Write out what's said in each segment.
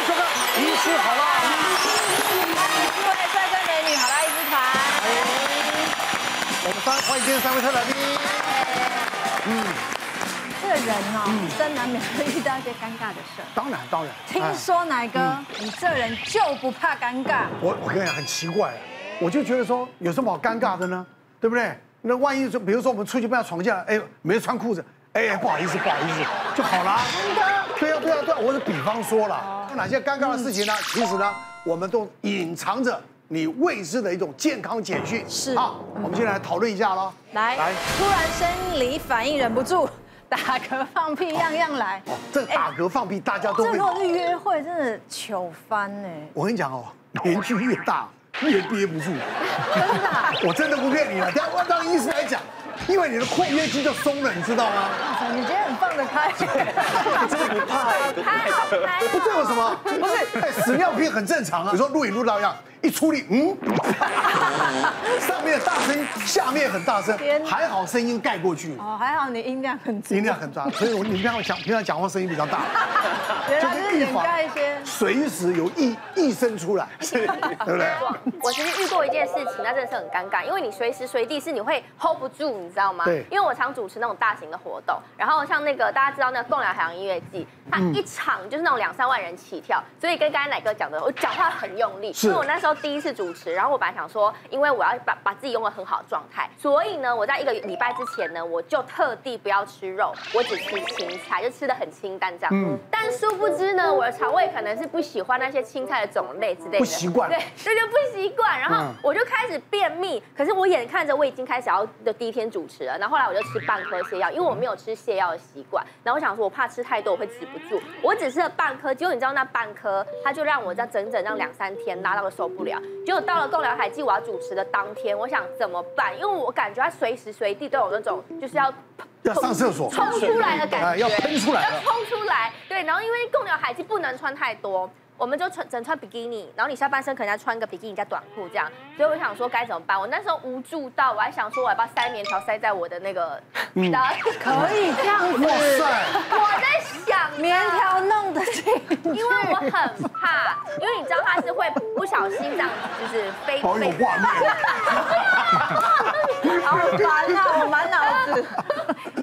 师，好不好？哎各位帅哥美女，好啦，一支团。哎我们三欢迎今天三位特来宾。这个人哦，真难免会遇到一些尴尬的事儿。当然，当然。听嗯哎说奶哥，你这人就不怕尴尬，我我跟你讲，很奇怪，啊我就觉得说有什么好尴尬的呢？对不对？那万一说，比如说我们出去被他闯架，哎，没穿裤子，哎，不好意思，不好意思，就好啦。真的对呀、对呀、对、啊，我是比方说啦，有哪些尴尬的事情呢？其实呢，我们都隐藏着你未知的一种健康简讯。是好，我们今天来讨论一下喽。来，突然生理反应忍不住，打嗝放屁样样来。哦，这个打嗝放屁，大家都哎这会如。果是约会，真的糗翻呢，我跟你讲哦，年纪越大越憋不住，真的啊。我真的不骗你了。等一下我让医师来讲，因为你的括约肌就松了，你知道吗？你觉得很放 得开，真的不怕，太好开不，这了。有什么？不是，哎，屎尿屁很正常啊。你说录影录到一样，一出力，嗯，上面大声，下面很大声天，哪还好声音盖过去，哦，还好你音量很足，音量很大，所以我你平常讲平常讲话声音比较大，原来就是掩盖一些。随时有异异声出 来，对不对？我其实遇过一件事情，那真的是很尴尬，因为你随时随地是你会 hold 不住，你知道吗？对因为我常主持那种大型的活动，然后像那个大家知道那个共聊海洋音乐季，它嗯一场就是那种两三万人起跳，所以跟刚才奶哥讲的，我讲话很用力。是因为我那时候第一次主持，然后我本来想说，因为我要把把自己用的很好的状态，所以呢，我在一个礼拜之前呢，我就特地不要吃肉，我只吃青菜，就吃的很清淡这样。嗯但殊不知呢，我的肠胃可能是不喜欢那些青菜的种类之类的，不习惯对， 所以就不习惯，然后嗯我就开始便秘。可是我眼看着我已经开始要的第一天主持了，然后后来我就吃半颗泻药，因为我没有吃泻药的习惯。然后我想说，我怕吃太多我会止不住，我只吃了半颗。结果你知道那半颗，它就让我这样整整让两三天拉到了受不了。结果到了共聊海记我要主持的当天，我想怎么办？因为我感觉它随时随地都有那种就是要要上厕所冲出来的感哎要觉，喷出来了要冲出来。对，然后因为共聊海记不能穿太多，我们就穿只能穿比基尼，然后你下半身可能要穿个比基尼加短裤这样。所以我想说该怎么办？我那时候无助到，我还想说我要把三棉条塞在我的那个， 嗯、可以这样子，哇塞，我在想棉条弄得进去，因为我很怕，因为你知道他是会不小心这样，就是飞好有飞。画面。 好烦啊，我满脑子。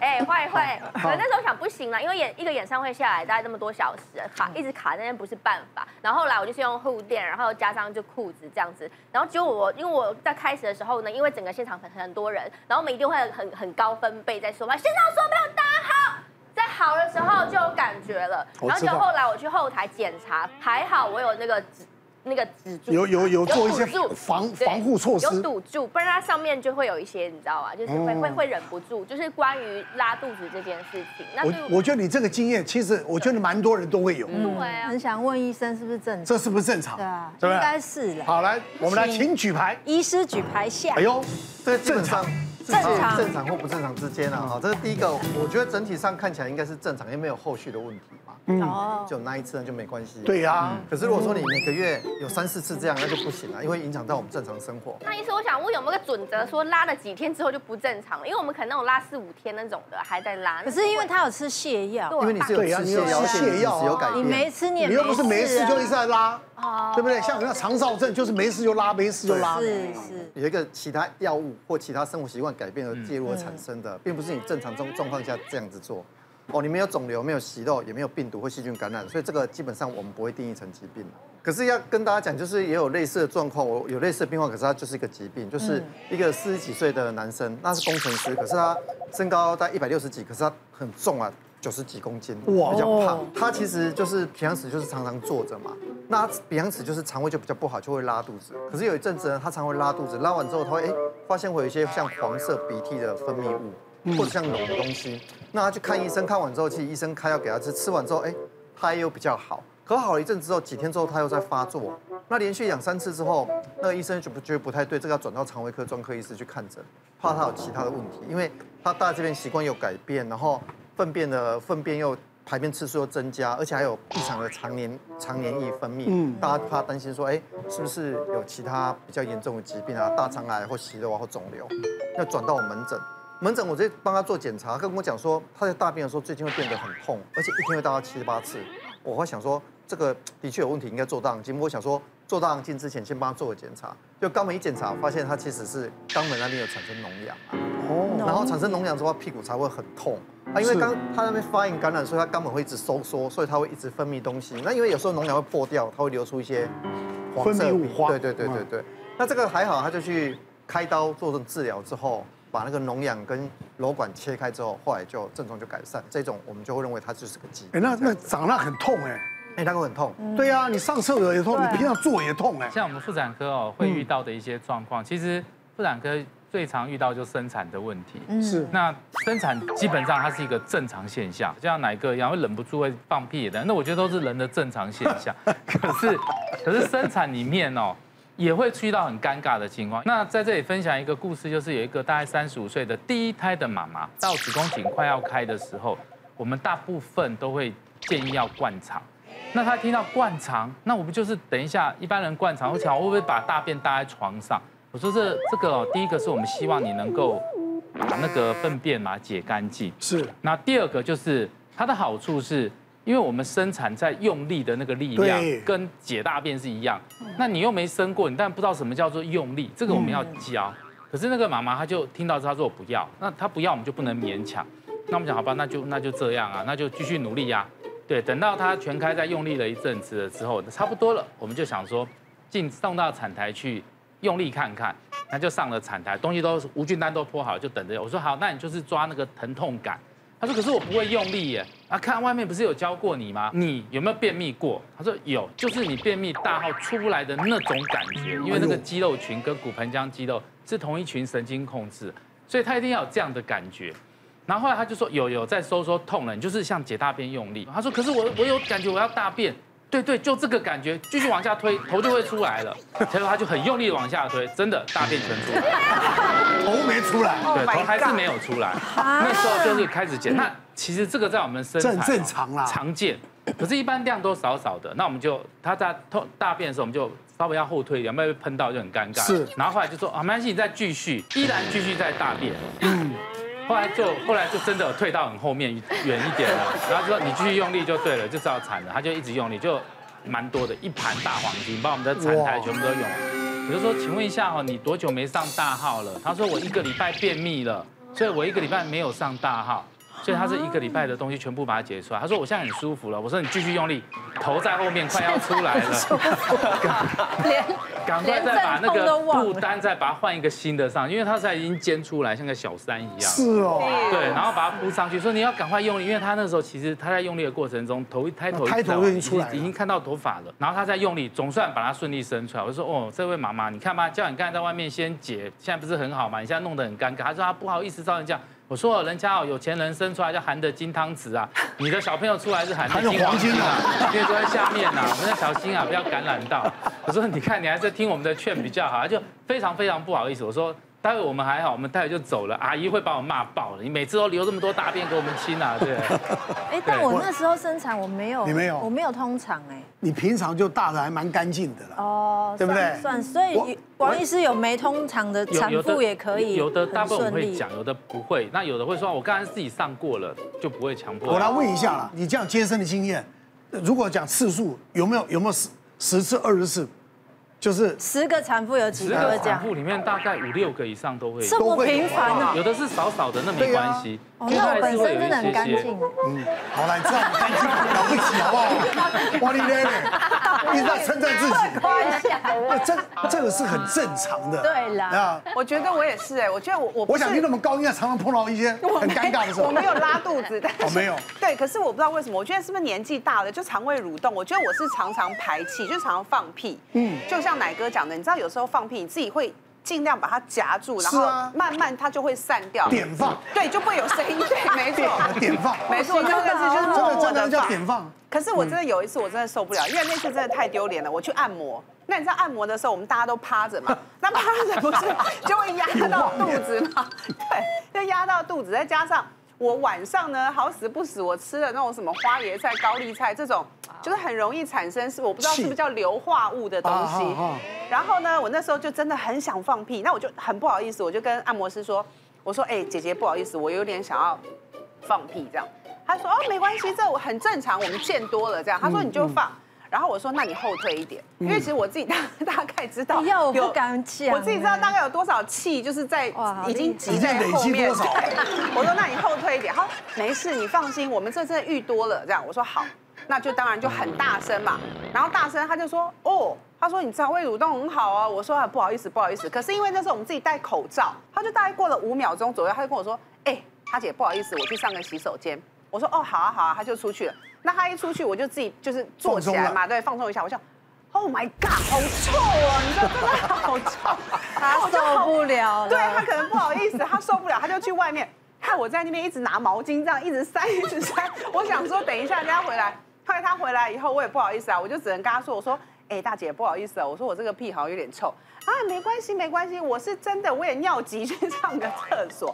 哎，会会，可能那时候想不行了，因为演一个演唱会下来大概那么多小时，卡一直卡在那边不是办法。然后后来我就是用护垫，然后加上就裤子这样子。然后结果我因为我在开始的时候呢，因为整个现场很很多人，然后我们一定会很很高分贝在说嘛，现场所有朋友大家好。在好的时候就有感觉了，我然后知就道后来我去后台检查，还好我有那个纸那个纸柱，有有有做一些堵住防对防护措施有堵住，不然它上面就会有一些，你知道吗？就是会嗯会会忍不住，就是关于拉肚子这件事情。那啊对我我觉得你这个经验，其实我觉得蛮多人都会有，对啊很想问医生是不是正常？这是不是正常？对啊，对不应对该是的。好，来，我们来请举牌。医师举牌下哎，呦，这基本上正常正常或不正常之间嗯啊，哈，这是第一个，我觉得整体上看起来应该是正常，因为没有后续的问题嘛，哦，就那一次那就没关系。嗯对。呀、啊可是如果说你每个月有三四次这样，那就不行了，因为影响到我们正常生活。那意思我想问有没有个准则，说拉了几天之后就不正常了？因为我们可能那种拉四五天那种的还在拉。可是因为他有吃泻药，因为你是有对吃呀你有泻吃药，而且泻你药啊饮食有改你没变。吃你也你又不是没事啊就一直在拉，哦对不对？像人家肠燥症就是没事就拉，没事就拉。是是，有一个其他药物或其他生活习惯改变而介入而产生的，并不是你正常状状况下这样子做。哦，你没有肿瘤，没有息肉，也没有病毒或细菌感染，所以这个基本上我们不会定义成疾病了。可是要跟大家讲，就是也有类似的状况，我有类似的病患，可是他就是一个疾病，就是一个四十几岁的男生，那是工程师，可是他身高大概一百六十几，可是他很重啊，九十几公斤，哇哇，比较胖。他其实就是平常时就是常常坐着嘛，那平常时就是肠胃就比较不好，就会拉肚子。可是有一阵子呢，他常会拉肚子，拉完之后他会哎、发现会有一些像黄色鼻涕的分泌物，或者像脓的东西。那他去看医生，看完之后，其实医生开药给他吃，吃完之后哎、他又比较好。可好了一阵之后，几天之后他又在发作，那连续两三次之后，那个医生就不觉得不太对，这个要转到肠胃科专科医师去看诊，怕他有其他的问题，因为他大这边习惯有改变，然后粪便的粪便又排便次数又增加，而且还有异常的常年常年液分泌，大家怕担心说，哎，是不是有其他比较严重的疾病啊，大肠癌或息肉啊或肿瘤，要转到我门诊。门诊我直接帮他做检查，他跟我讲说他在大便的时候最近会变得很痛，而且一天会大到七八次。我会想说，这个的确有问题，应该做大肠镜。我想说做大肠镜之前先帮他做个检查，就肛门一检查发现他其实是肛门那边有产生脓痒啊，哦，然后产生脓痒之后他屁股才会很痛。啊，因是为刚他那边发炎感染，所以他肛门会一直收缩，所以它会一直分泌东西。那因为有时候脓疡会破掉，它会流出一些黄色分泌物花嗯对对对对对。那这个还好，他就去开刀做这种治疗之后，把那个脓疡跟瘘管切开之后，后来就症状就改善。这种我们就会认为它就是个疾哎，病。那那长那很痛哎，哎，那个很痛，对呀，你上厕所也痛，对你平常坐也痛哎，像我们妇产科哦会遇到的一些状况，其实妇产科最常遇到就是生产的问题。是那生产基本上它是一个正常现象，就像奶哥一样会忍不住会放屁的，那我觉得都是人的正常现象。 可是，可是生产里面哦，也会遇到很尴尬的情况。那在这里分享一个故事，就是有一个大概三十五岁的第一胎的妈妈，到子宫颈快要开的时候，我们大部分都会建议要灌肠。那她听到灌肠，那我不就是等一下一般人灌肠，我想我会不会把大便搭在床上？我说这这个、哦、第一个是我们希望你能够把那个粪便嘛解干净。是，那第二个就是它的好处是，因为我们生产在用力的那个力量对跟解大便是一样，那你又没生过，你当然不知道什么叫做用力，这个我们要教。可是那个妈妈她就听到之后她说我不要，那她不要我们就不能勉强。那我们讲好吧，那就那就这样啊，那就继续努力呀、对，等到她全开再用力了一阵子了之后，差不多了，我们就想说进送到产台去用力看看。那就上了产台，东西都无菌单都铺好了，就等着。我说好，那你就是抓那个疼痛感。他说：“可是我不会用力耶。”啊，看外面不是有教过你吗？你有没有便秘过？他说有，就是你便秘大号出不来的那种感觉，因为那个肌肉群跟骨盆腔肌肉是同一群神经控制，所以他一定要有这样的感觉。然后后来他就说有有在收缩痛了，你就是像解大便用力。他说可是我我有感觉我要大便，对对，就这个感觉，继续往下推头就会出来了。结果他就很用力地往下推，真的大便全出来了。头没出来， 对，头还是没有出来。那时候就是开始剪。那其实这个在我们生产正哦正常啦常见，可是一般量都少少的。那我们就他在痛大便的时候，我们就稍微要后退一点，不然被喷到就很尴尬。是然后后来就说啊，没关系，你再继续，依然继续在大便。后来就后来就真的有退到很后面远一点了，然后就说你继续用力就对了，就知道惨了。他就一直用力，就蛮多的，一盘大黄金，把我们的产台全部都用完。我就说，请问一下哦，你多久没上大号了？他说我一个礼拜便秘了，所以我一个礼拜没有上大号。所以他是一个礼拜的东西全部把它解出来。他说我现在很舒服了。我说你继续用力，头在后面快要出来了。连 赶快再把那个布单再把它换一个新的上，因为它现在已经尖出来，像个小山一样。是哦，对，然后把它铺上去，说你要赶快用力，因为他那时候其实他在用力的过程中，头一抬头，抬哦头就已经出来了已经看到头发了。然后他在用力，总算把它顺利生出来。我就说哦，这位妈妈，你看吧，叫你刚才在外面先解，现在不是很好嘛？你现在弄得很尴尬。他说他啊不好意思照人家。我说哦人家哦，有钱人生出来就含着金汤匙啊， 你的小朋友出来是含含着着金黄黄金金啊啊。因为都在下面呐、我们要小心啊，不要感染到。我说你看，你还是听我们的劝比较好。他就非常非常不好意思，我说待会我们还好，我们待会就走了，阿姨会把我骂爆了。你每次都留这么多大便给我们亲啊，对。哎，但我那时候生产我没有，你没有我没有通常哎。你平常就大的还蛮干净的了，哦，对不对算，算所我以王医师有没通常的产妇也可以，有的大部分我很顺会利讲，有的不会。那有的会说，我刚才自己上过了，就不会强迫。我来问一下啦，你这样接生的经验，如果讲次数有没有有没有十十次二十次，就是十个产妇有几十个个会这产样？妇里面大概五六个以上都会有。这么频繁啊！有的是少少的，那没啊关系。哦，但那我还是本会身有真一的很干些些净。好来，这样干净了不起好不 好？哇你嘞嘞，一直在称赞自己，夸一下，那这这个是很正常的。对啦啊， 我觉得我也是哎，我觉得我我不我是想你那么高，应该常常碰到一些我很尴尬的时候。 我没有拉肚 子，但哦是没有对，可是我不知道为什么，我觉得是不是年纪大了就肠胃蠕动？我觉得我是常常排气，就常常放屁。嗯，就像奶哥讲的，你知道有时候放屁，你自己会尽量把它夹住，然是啊后慢慢它就会散掉。点放，对，就不会有声音。对，没错，点放，没错，真的是就是真默的默真的的叫放。点放，可是我真的嗯有一次，我真的受不了，因为那次真的太丢脸了。我去按摩，那你知道按摩的时候，我们大家都趴着 嘛，那趴着不是 就会压到肚子啊嘛？ 对，就压到肚子，再加上我晚上呢，好死不死，我吃了那种什么花椰菜、高丽菜这种，啊就是很容易产生是我不知道是不是叫硫化物的东气西啊啊啊。然后呢，我那时候就真的很想放屁，那我就很不好意思，我就跟按摩师说，我说，哎，姐姐不好意思，我有点想要 嗯放屁这样。他说哦没关系，这我很正常，我们见多了这样。他说你就放。然后我说那你后退一点，因为其实我自己大 大概知道哎呀我不有敢讲哎我自己知道大概有多少气就是在哇好已经厉挤在已经累积后面，多少对 我说那你后退一点，他说没事，你放心，我们这真的遇多了。这样我说好，那就当然就很大声嘛。然后大声他就说哦，他说你肠胃蠕动很好啊。我说啊不好意思不好意思，可是因为那时候我们自己戴口罩，他就大概过了五秒钟左右，他就跟我说，哎，哈姐不好意思，我去上个洗手间。我说哦好啊好啊，他就出去了。那他一出去，我就自己就是坐起来放松嘛，对，放松一下。我想，Oh my god，好臭哦，你知道真的 好臭，然他后我就受好不了了对他可能不好意思，他受不了，他就去外面。看我在那边一直拿毛巾这样一直塞一直塞，我想说等一下人家回来。后来他回来以后，我也不好意思啊，我就只能跟他说，我说，哎、大姐不好意思啊，我说我这个屁好像有点臭啊，没关系没关系，我是真的我也尿急去上个厕所。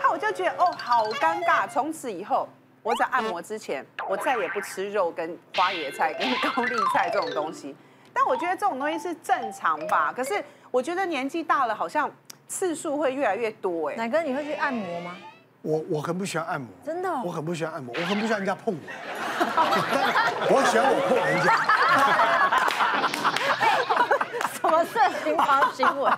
后来我就觉得哦好尴尬，从此以后。我在按摩之前，我再也不吃肉、跟花椰菜、跟高丽菜这种东西。但我觉得这种东西是正常吧。可是我觉得年纪大了，好像次数会越来越多哎。奶哥，你会去按摩吗？我我很不喜欢按摩，真的哦我很不喜欢按摩，我很不喜欢人家碰我，我 喜欢我碰人家。什么色情狂行 为？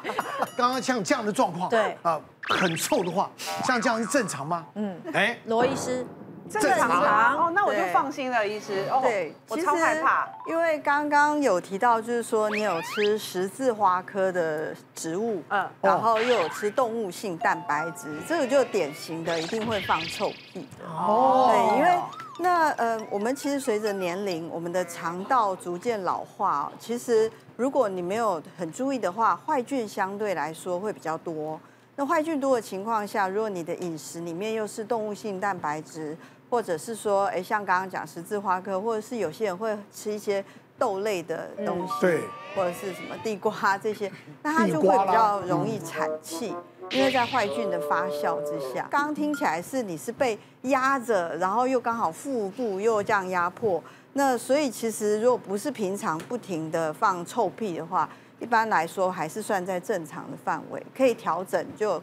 刚刚像这样的状况，对啊，很臭的话，像这样是正常吗？嗯，哎，罗医师，正常啊哦，那我就对放心了，医师。哦，对，我其超实害怕。因为刚刚有提到，就是说你有吃十字花科的植物，嗯嗯，然后又有吃动物性蛋白质，这个就典型的一定会放臭屁的。哦，对，因为那呃，我们其实随着年龄，我们的肠道逐渐老化哦，其实如果你没有很注意的话，坏菌相对来说会比较多。那坏菌多的情况下，如果你的饮食里面又是动物性蛋白质，或者是说，哎，像刚刚讲十字花科，或者是有些人会吃一些豆类的东西，对，或者是什么地瓜这些，那它就地会瓜啦嗯比较容易产气，因为在坏菌的发酵之下。刚刚听起来是你是被压着，然后又刚好腹部又这样压迫，那所以其实如果不是平常不停的放臭屁的话，一般来说还是算在正常的范围，可以调整就